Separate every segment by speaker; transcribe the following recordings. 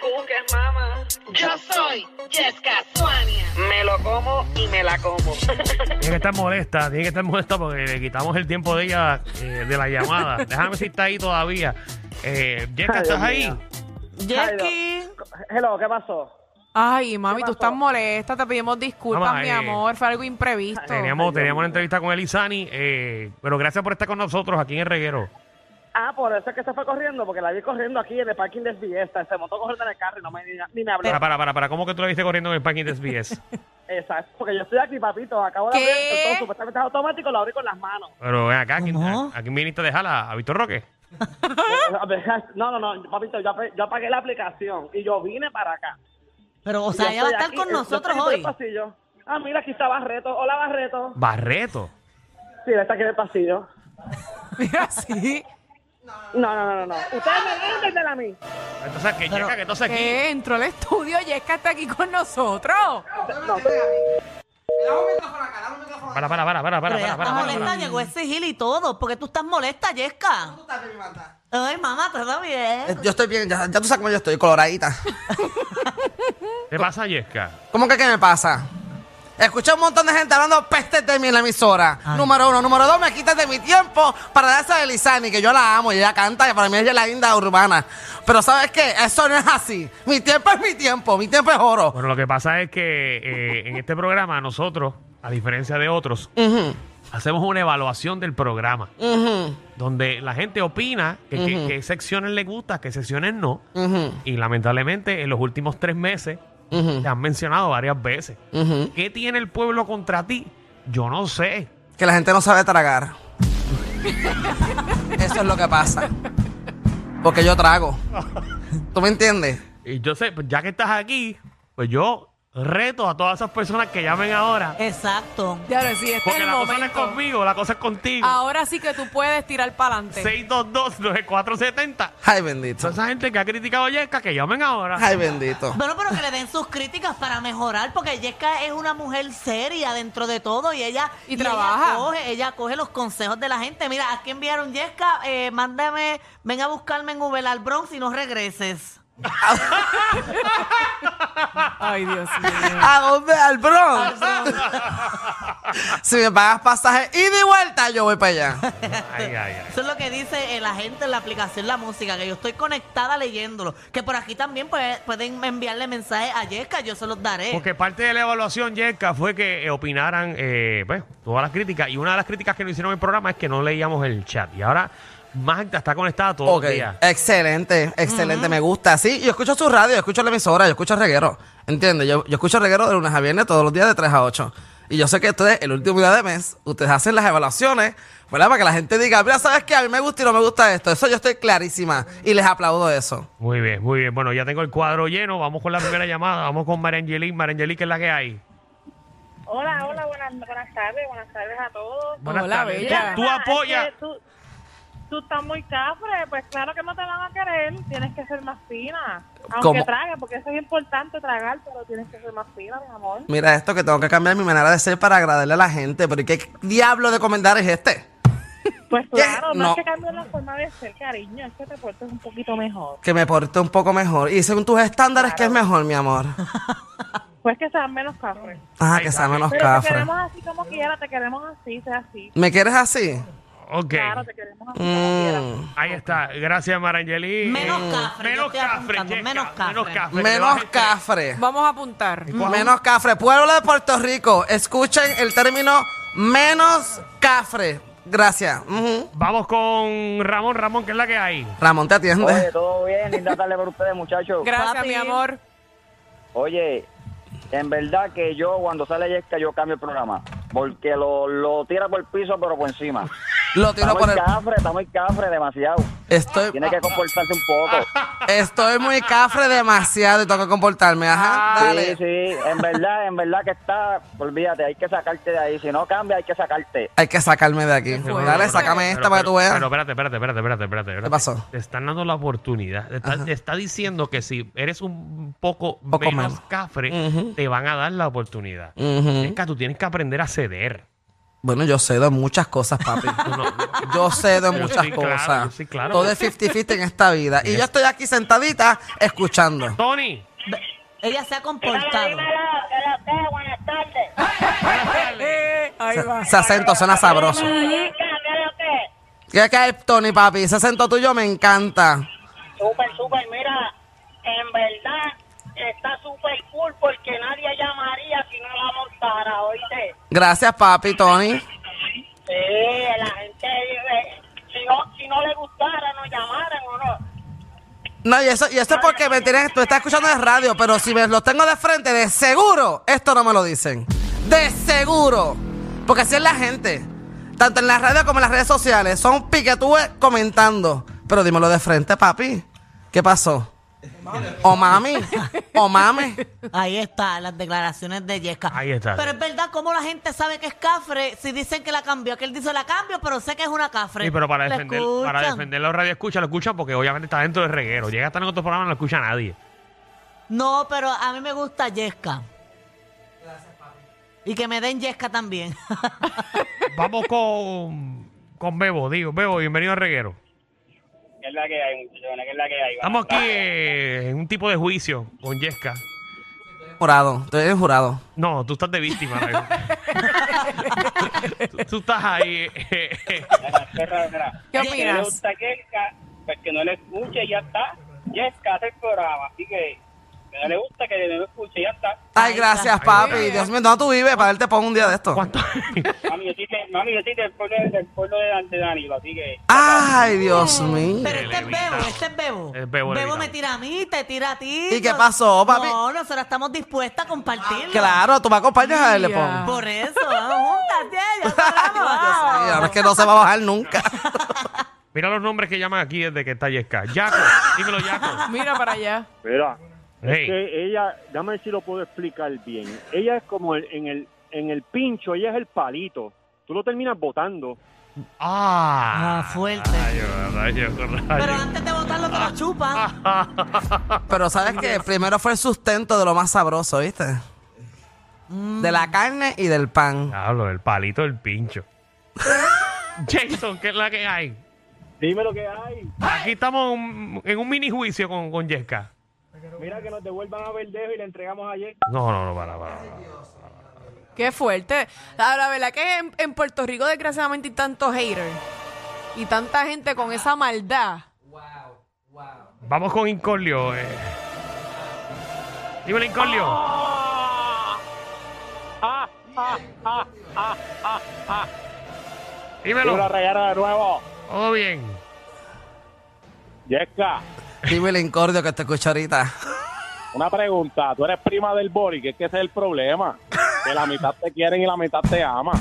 Speaker 1: cuques, mamá.
Speaker 2: Yo soy Jessica Suania.
Speaker 1: Me lo como y me la como.
Speaker 3: Tiene que estar molesta, tiene que estar molesta porque le quitamos el tiempo de ella eh, de la llamada. Déjame ver si está ahí todavía. Eh, Jessica,
Speaker 4: Ay,
Speaker 3: ¿estás
Speaker 4: Dios
Speaker 3: ahí?
Speaker 4: mío.
Speaker 5: Jackie.
Speaker 4: Hello, ¿qué pasó?
Speaker 5: Ay, mami,
Speaker 4: ¿Qué
Speaker 5: tú
Speaker 4: pasó?
Speaker 5: estás molesta. Te pedimos disculpas,
Speaker 3: Mamá,
Speaker 5: mi
Speaker 3: eh,
Speaker 5: amor. Fue algo imprevisto.
Speaker 3: Teníamos,
Speaker 4: Dios
Speaker 3: teníamos
Speaker 4: mío.
Speaker 3: una entrevista con Elizani, eh, pero gracias por estar con nosotros aquí en el reguero.
Speaker 4: Ah, por eso es que se fue corriendo, porque la vi corriendo aquí en el parking de Fiesta. Se montó corriendo en el carro y no me, ni, ni me habló.
Speaker 3: Para, para, para, para, ¿cómo que tú la viste corriendo en el parking de SBS?
Speaker 4: Exacto, porque yo estoy aquí, papito. Acabo de
Speaker 5: ¿Qué?
Speaker 4: abrir el todo, supuestamente es automático, lo abrí con las manos.
Speaker 3: Pero ven acá, ¿a quién,
Speaker 6: ¿Cómo?
Speaker 3: a- a quién viniste a dejarla? ¿A Víctor Roque?
Speaker 6: ¿Ah?
Speaker 4: no, no, no, papito, yo, ap- yo apagué la aplicación y yo vine para acá.
Speaker 6: Pero,
Speaker 4: Yo
Speaker 6: o sea, ella va a
Speaker 4: estoy
Speaker 6: estar
Speaker 4: aquí,
Speaker 6: con
Speaker 4: eh, yo
Speaker 6: nosotros
Speaker 4: estoy
Speaker 6: hoy.
Speaker 4: dentro del pasillo. Ah, mira, aquí está Barreto. Hola, Barreto.
Speaker 3: Barreto.
Speaker 4: Sí, él está aquí en el pasillo.
Speaker 5: Mira, sí.
Speaker 4: No, no, no, no, no. Ustedes me deben entender a mí.
Speaker 3: Entonces, que
Speaker 6: Pero-
Speaker 3: llega, que entonces aquí.
Speaker 5: ¿Qué? Entró al estudio y es que está aquí con nosotros.
Speaker 4: No,
Speaker 3: Para, para, para, para, para,
Speaker 6: Pero
Speaker 3: para, para,
Speaker 6: ella está
Speaker 3: para,
Speaker 6: molesta,
Speaker 3: para.
Speaker 6: llegó ese gil y todo. Porque tú estás molesta, Yesca. Ay, mamá, todo
Speaker 7: Eh,
Speaker 6: bien.
Speaker 7: Yo estoy bien, ya, ya tú sabes cómo yo estoy, coloradita.
Speaker 3: ¿Qué pasa, Yesca?
Speaker 7: ¿Cómo que qué me pasa? Escuché a un montón de gente hablando pestes de mí en la emisora.
Speaker 6: Ay.
Speaker 7: Número uno. Número dos, me quitas de mi tiempo para darse a Elizani, que yo la amo y ella canta, y para mí ella es la linda urbana. Pero ¿sabes qué? Eso no es así. Mi tiempo es mi tiempo, mi tiempo es oro.
Speaker 3: Bueno, lo que pasa es que eh, en este programa nosotros, a diferencia de otros,
Speaker 7: Ujú,
Speaker 3: hacemos una evaluación del programa,
Speaker 7: ujú,
Speaker 3: donde la gente opina que, que- qué secciones le gusta, qué secciones no.
Speaker 7: ujú,
Speaker 3: Y lamentablemente en los últimos tres meses
Speaker 7: ujú,
Speaker 3: te han mencionado varias veces.
Speaker 7: ujú.
Speaker 3: ¿Qué tiene el pueblo contra ti? Yo no sé.
Speaker 7: Que la gente no sabe tragar. Eso es lo que pasa. Porque yo trago. ¿Tú me entiendes?
Speaker 3: Y yo sé, pues, ya que estás aquí, pues yo reto a todas esas personas que llamen ahora.
Speaker 6: Exacto.
Speaker 5: Ya lo sí, este es
Speaker 3: Porque
Speaker 5: el
Speaker 3: la cosa no es
Speaker 5: momento.
Speaker 3: conmigo, la cosa es contigo.
Speaker 5: Ahora sí que tú puedes tirar para adelante.
Speaker 3: 622-9470.
Speaker 7: Ay,
Speaker 3: Toda
Speaker 7: bendito.
Speaker 3: esa gente que ha criticado a Yesca, que llamen ahora.
Speaker 7: Ay, bendito.
Speaker 6: Bueno, pero que le den sus críticas para mejorar, porque Yesca es una mujer seria dentro de todo y ella
Speaker 5: Y
Speaker 6: ella
Speaker 5: trabaja.
Speaker 6: coge, ella coge los consejos de la gente. Mira, aquí enviaron Yesca, eh, mándame, ven a buscarme en Uber al Bronx y no regreses.
Speaker 5: Ay, Dios mío.
Speaker 7: ¿A dónde? ¿Al Bronx? si me pagas pasaje y de vuelta, yo voy para allá.
Speaker 3: Ay, ay, ay.
Speaker 6: Eso es lo que dice eh, la gente en la aplicación La Música, que yo estoy conectada leyéndolo. Que por aquí también pues, pueden enviarle mensajes a Yesca, yo se los daré.
Speaker 3: Porque parte de la evaluación, Yesca, fue que eh, opinaran eh, pues, todas las críticas. Y una de las críticas que nos hicieron en el programa es que no leíamos el chat. Y ahora Magda está conectada todo
Speaker 7: Ok,
Speaker 3: el día.
Speaker 7: excelente, excelente, me gusta. Sí, yo escucho su radio, yo escucho la emisora, yo escucho el reguero. ¿Entiendes? Yo, yo escucho el reguero de lunes a viernes todos los días de 3 a 8. Y yo sé que ustedes, el último día de mes, ustedes hacen las evaluaciones, ¿verdad? Para que la gente diga, mira, ¿sabes qué? A mí me gusta y no me gusta esto. Eso yo estoy clarísima y les aplaudo eso.
Speaker 3: Muy bien, muy bien. Bueno, ya tengo el cuadro lleno. Vamos con la primera llamada. Vamos con Marangelín. Marangelín, ¿qué es la que hay?
Speaker 1: Hola, hola, buenas, buenas tardes, buenas tardes a todos.
Speaker 3: Buenas
Speaker 5: Hola,
Speaker 3: tardes.
Speaker 5: bella.
Speaker 3: Tú,
Speaker 1: Mira, es que
Speaker 3: apoyas.
Speaker 1: Tú, tú estás muy cafre, pues claro que no te van a querer, tienes que ser más fina. Aunque
Speaker 7: ¿Cómo?
Speaker 1: tragues, porque eso es importante tragar, pero tienes que ser más fina, mi amor.
Speaker 7: Mira esto que tengo que cambiar mi manera de ser para agradarle a la gente. Pero ¿y ¿qué diablo de comentario es este?
Speaker 1: Pues
Speaker 7: ¿Qué?
Speaker 1: claro, no,
Speaker 7: No.
Speaker 1: es que cambies la forma de ser, cariño, es que te portes un poquito mejor.
Speaker 7: Que me porte un poco mejor. Y según tus estándares, ¿qué es mejor, mi amor?
Speaker 1: Pues que seas menos cafre.
Speaker 7: Ah, que sea menos
Speaker 1: Pero te
Speaker 7: cafre.
Speaker 1: queremos así como quiera, te queremos así, sea así.
Speaker 7: ¿Me quieres así?
Speaker 3: Ok.
Speaker 1: Claro, te queremos así como quiera.
Speaker 7: Mm.
Speaker 3: Ahí está. Gracias, Marangelín.
Speaker 6: Menos
Speaker 3: Eh,
Speaker 6: cafre, yo
Speaker 3: Menos
Speaker 6: estoy
Speaker 3: cafre,
Speaker 6: apuntando,
Speaker 3: Yesca,
Speaker 6: menos cafre.
Speaker 3: Menos cafre. que
Speaker 7: Menos
Speaker 3: baje
Speaker 7: cafre. Mm,
Speaker 5: Vamos a apuntar.
Speaker 7: Menos cafre. Pueblo de Puerto Rico, escuchen el término menos cafre. Gracias. Ujú.
Speaker 3: este. Vamos con Ramón. Ramón, ¿qué es la que hay?
Speaker 7: Ramón te atiende.
Speaker 8: Oye, todo bien, linda tarde para ustedes, muchachos.
Speaker 5: Gracias,
Speaker 6: Papi.
Speaker 5: mi amor.
Speaker 8: Oye, en verdad que yo cuando sale Yesca yo cambio el programa, porque lo, lo tira por el piso pero por encima.
Speaker 7: Lo
Speaker 8: Está
Speaker 7: tiro por
Speaker 8: muy
Speaker 7: el...
Speaker 8: cafre, está muy cafre demasiado.
Speaker 7: Estoy,
Speaker 8: Tiene que comportarse un
Speaker 7: ah,
Speaker 8: poco.
Speaker 7: estoy muy cafre demasiado y tengo que comportarme.
Speaker 9: Ah,
Speaker 7: Ajá,
Speaker 8: Sí,
Speaker 7: ah, dale.
Speaker 8: sí, en verdad, en verdad que está, olvídate, hay que sacarte de ahí, si no cambia hay que sacarte.
Speaker 7: Hay que sacarme de aquí.
Speaker 5: fuerte.
Speaker 7: Dale, sácame
Speaker 3: Pues, Pero,
Speaker 7: esta para que tú
Speaker 3: pero,
Speaker 7: veas.
Speaker 3: Pero espérate, espérate, espérate, espérate, espérate. espérate.
Speaker 7: pasó?
Speaker 3: Te están dando la oportunidad. Te está, te está diciendo que si eres un poco,
Speaker 7: Poco
Speaker 3: menos
Speaker 7: menos.
Speaker 3: cafre, te van a dar la oportunidad.
Speaker 7: Ujú.
Speaker 3: Es que tú tienes que aprender a ceder.
Speaker 7: Bueno, yo cedo en muchas cosas, papi.
Speaker 3: No, no.
Speaker 7: Yo cedo en
Speaker 3: Yo
Speaker 7: muchas
Speaker 3: sí, claro,
Speaker 7: cosas.
Speaker 3: yo sí, claro.
Speaker 7: Todo es 50-50 en esta vida. Y yo estoy aquí sentadita escuchando.
Speaker 3: Tony.
Speaker 6: Ve- Ella se ha comportado.
Speaker 10: buenas tardes.
Speaker 5: Eh, ahí va.
Speaker 7: Ese acento suena sabroso. ¿Qué qué hay, Tony, papi? Ese acento tuyo me encanta.
Speaker 10: Súper, súper, mira, en verdad está súper cool porque nadie llamaría si no la montara, ¿oíste?
Speaker 7: Gracias, papi, Tony.
Speaker 10: Sí, la gente dice, si no, si no le gustara, no llamaran o no.
Speaker 7: No, y eso, y eso es porque me tienes, tú estás escuchando de radio, pero si me los tengo de frente, de seguro, esto no me lo dicen. De seguro. Porque así es la gente. Tanto en la radio como en las redes sociales. Son piquetúes comentando. Pero dímelo de frente, papi. ¿Qué pasó? O mami. O mami.
Speaker 6: Ahí está, las declaraciones de Yesca.
Speaker 3: Ahí está.
Speaker 6: Pero es verdad, ¿cómo la gente sabe que es cafre? Si dicen que la cambió, que él dice la cambio, pero sé que es una cafre.
Speaker 3: Sí, pero para
Speaker 6: La
Speaker 3: defender, para
Speaker 6: escuchan.
Speaker 3: defender los radio escucha, lo escuchan porque obviamente está dentro del reguero. Llega hasta en otros programas no lo escucha nadie.
Speaker 6: No, pero a mí me gusta Yesca. Y que me den Yesca también.
Speaker 3: Vamos con, con Bebo, digo, Bebo, bienvenido al reguero.
Speaker 9: ¿Qué es la que hay, muchachones? ¿Qué es la que hay?
Speaker 3: Estamos aquí eh, en un tipo de juicio con Yesca.
Speaker 7: Jurado. Estoy en jurado.
Speaker 3: No, tú estás de víctima. Rayo. tú, tú estás ahí. eh, eh,
Speaker 9: Buenas, perra, mira.
Speaker 5: ¿Qué
Speaker 9: Si no le
Speaker 5: opinas?
Speaker 9: gusta a Yesca, pues que no le escuche y ya está. Yesca hace el programa, así que que no le gusta que no lo escuche y ya está.
Speaker 7: Ay, gracias, papi. Dios mío, ¿dónde tú vives? Para verte pongo un día de esto.
Speaker 3: ¿Cuánto?
Speaker 9: Mami, yo sí te, mami, yo sí te el pueblo, del pueblo de, de Danilo, así que...
Speaker 7: Ay, Dios mío.
Speaker 6: Pero este es
Speaker 3: Levita.
Speaker 6: Bebo, este es Bebo.
Speaker 3: Es Bebo Levita.
Speaker 6: me tira a mí, te tira a ti.
Speaker 7: ¿Y qué pasó, papi?
Speaker 6: No, nosotros estamos dispuestas a compartirlo.
Speaker 7: Claro, tú me acompañas a él, le pongo.
Speaker 6: Por eso, vamos juntas, ya, ya hablamos,
Speaker 7: Ay, Dios mío, ahora es que no se va a bajar nunca.
Speaker 3: Mira los nombres que llaman aquí desde que está Yesca. Yaco, dímelo, Yaco.
Speaker 5: Mira para allá.
Speaker 9: Mira,
Speaker 3: Hey.
Speaker 9: que ella, dame si lo puedo explicar bien. Ella es como en, el, en el pincho, ella es el palito. Tú lo terminas botando.
Speaker 3: Ah,
Speaker 6: Ah, fuerte.
Speaker 3: Rayo, rayo, rayo.
Speaker 6: Pero antes de botarlo te lo chupan.
Speaker 3: Ah,
Speaker 7: Pero sabes que primero fue el sustento de lo más sabroso, ¿viste?
Speaker 5: Mm.
Speaker 7: De la carne y del pan.
Speaker 3: Hablo del palito del pincho. Jason, ¿qué es la que hay?
Speaker 9: Dime lo que hay.
Speaker 3: Aquí estamos un- en un mini juicio con, con Yesca.
Speaker 9: Mira que nos devuelvan a Verdejo y le entregamos a Yesca.
Speaker 3: No, no, no, para, para. para.
Speaker 5: Qué fuerte. La, la verdad que en, en Puerto Rico, desgraciadamente, hay tantos haters. Y tanta gente con esa maldad.
Speaker 3: Vamos con Incolio. Eh. Dímelo, Incolio.
Speaker 9: Quiero
Speaker 3: Dímelo.
Speaker 9: regar de nuevo.
Speaker 3: Todo bien.
Speaker 9: Yesca,
Speaker 7: Dime el incordio que te escucho ahorita.
Speaker 9: una pregunta. Tú eres prima del Bori, que es que ese es el problema. Que la mitad te quieren y la mitad te ama.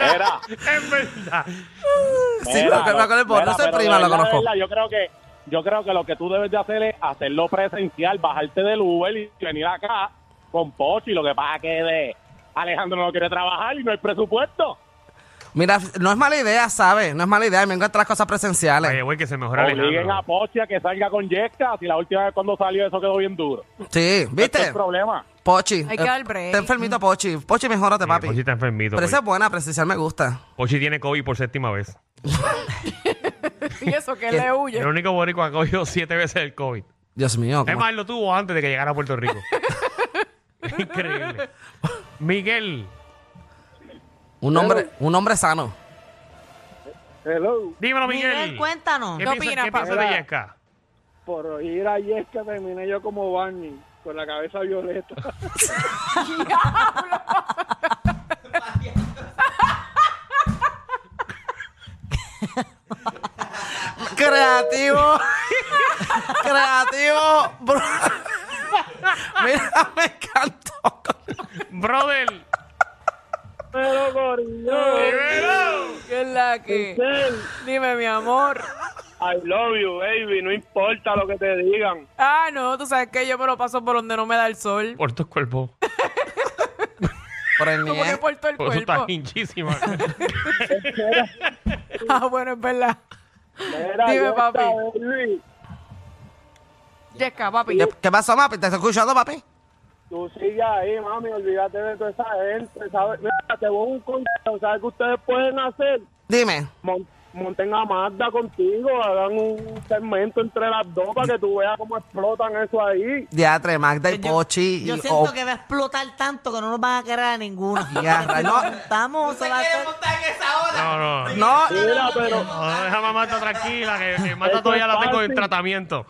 Speaker 9: Era.
Speaker 3: Es verdad.
Speaker 7: Sí, pero que me acuerdo, el Bori, ese prima lo conozco.
Speaker 9: yo creo que yo creo que lo que tú debes de hacer es hacerlo presencial, bajarte del Uber y venir acá con Pochi. Lo que pasa es que de Alejandro no quiere trabajar y no hay presupuesto.
Speaker 7: Mira, no es mala idea, ¿sabes? No es mala idea. Me encuentro las cosas
Speaker 3: Oye,
Speaker 7: presenciales.
Speaker 3: güey, que se mejora
Speaker 9: Obliguen a
Speaker 3: Alejandro.
Speaker 9: Pochi a que salga con Yesca. Si la última vez cuando salió eso quedó bien duro.
Speaker 7: Sí,
Speaker 9: Ese es
Speaker 7: ¿viste?
Speaker 9: el problema.
Speaker 7: Pochi.
Speaker 5: Hay que
Speaker 7: eh,
Speaker 5: dar break.
Speaker 7: Está enfermito, Pochi. Pochi, mejórate,
Speaker 3: Sí, Pochi
Speaker 7: papi.
Speaker 3: está enfermito.
Speaker 7: Pero esa es
Speaker 3: Pochi.
Speaker 7: buena, presencial me gusta.
Speaker 3: Pochi tiene COVID por séptima vez.
Speaker 5: Y eso que le huye.
Speaker 3: El único boricua que ha cogido siete veces el COVID.
Speaker 7: Dios mío.
Speaker 3: Es
Speaker 7: ¿cómo?
Speaker 3: más, lo tuvo antes de que llegara a Puerto Rico. Increíble. Miguel,
Speaker 7: Un hombre, un hombre sano.
Speaker 9: Hello.
Speaker 3: dímelo, Miguel.
Speaker 6: Miguel, cuéntanos.
Speaker 3: ¿Qué,
Speaker 5: ¿Qué
Speaker 3: piensas,
Speaker 5: opinas,
Speaker 3: ¿qué piensas de
Speaker 9: Pablo?
Speaker 3: Yesca?
Speaker 9: Por ir a Yesca terminé yo como Barney, con la cabeza violeta.
Speaker 7: Creativo. Creativo. Bru- Mira, me encantó.
Speaker 3: Brother.
Speaker 9: Pero
Speaker 5: ¿Qué es la que? Dime, mi amor.
Speaker 9: I love you, baby. No importa lo que te digan.
Speaker 5: Ah, no, tú sabes que yo me lo paso por donde no me da el sol.
Speaker 3: Por tus cuerpos.
Speaker 7: Por el
Speaker 5: Como que
Speaker 7: niño.
Speaker 5: por todo el
Speaker 3: Por eso
Speaker 5: cuerpo.
Speaker 3: estás hinchísima.
Speaker 5: Ah, bueno, es verdad.
Speaker 9: Mira,
Speaker 5: Dime,
Speaker 9: Yesca,
Speaker 5: papi.
Speaker 9: baby.
Speaker 5: Yesca, papi.
Speaker 3: Eh,
Speaker 7: ¿Qué, qué pasó, papi? ¿Te estoy escuchando, papi?
Speaker 4: Tú sigue ahí, mami, olvídate de toda esa gente, ¿sabes? Mira, te voy a un consejo, ¿sabes qué ustedes pueden hacer?
Speaker 7: Dime.
Speaker 4: Mon- monten a Magda contigo, hagan un segmento entre las dos para que tú veas cómo explotan eso ahí.
Speaker 7: Diatre, Magda y
Speaker 6: Yo-
Speaker 7: Pochi.
Speaker 6: Yo
Speaker 7: y-
Speaker 6: siento
Speaker 7: o-
Speaker 6: que va a explotar tanto que no nos van a querer a ninguno.
Speaker 7: Ya, no.
Speaker 6: Estamos a la-
Speaker 3: No, no. No,
Speaker 7: No,
Speaker 4: Mira, pero
Speaker 3: deja a Mamata tranquila, que, que
Speaker 4: Eso
Speaker 3: Mamata
Speaker 4: es
Speaker 3: todavía la tengo en
Speaker 4: fácil.
Speaker 3: tratamiento.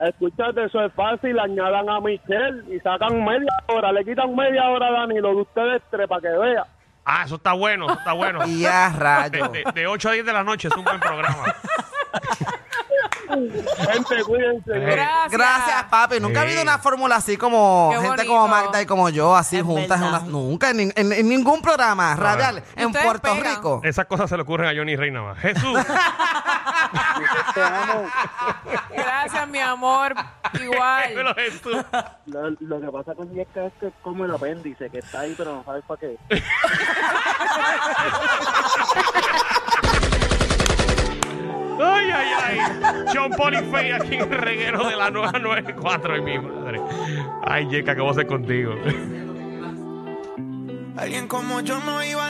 Speaker 4: escúchate, eso es fácil, añadan a Michelle y sacan media hora, le quitan media hora a Danilo de ustedes tres para que vea.
Speaker 3: Ah, eso está bueno, eso está bueno.
Speaker 7: y a rayo.
Speaker 3: De, de- de 8 a 10 de la noche es un buen programa.
Speaker 4: Gente, cuídense.
Speaker 3: Eh,
Speaker 5: Gracias.
Speaker 7: Gracias, papi. Nunca ha
Speaker 3: Sí.
Speaker 7: habido una fórmula así como
Speaker 5: Qué
Speaker 7: gente
Speaker 5: bonito.
Speaker 7: como Magda y como yo, así
Speaker 6: Es
Speaker 7: juntas. en
Speaker 6: verdad.
Speaker 7: una- nunca, en, nin- en- en ningún programa radial en
Speaker 5: Ustedes
Speaker 7: Puerto
Speaker 5: pegan.
Speaker 7: Rico.
Speaker 3: Esas cosas se le ocurren a Johnny Rey nada más. Jesús.
Speaker 11: Te amo.
Speaker 5: Gracias, mi amor.
Speaker 3: Dímelo,
Speaker 5: Igual.
Speaker 3: Jesús.
Speaker 11: Lo, lo que pasa con Yesca es que es como el apéndice, que está ahí, pero no sabes para qué.
Speaker 3: Ay, ay, ay. John Polifei aquí en el reguero de la 994. Ay, mi madre. Ay, Yeca, ¿qué voy a hacer contigo?
Speaker 10: Alguien como yo no iba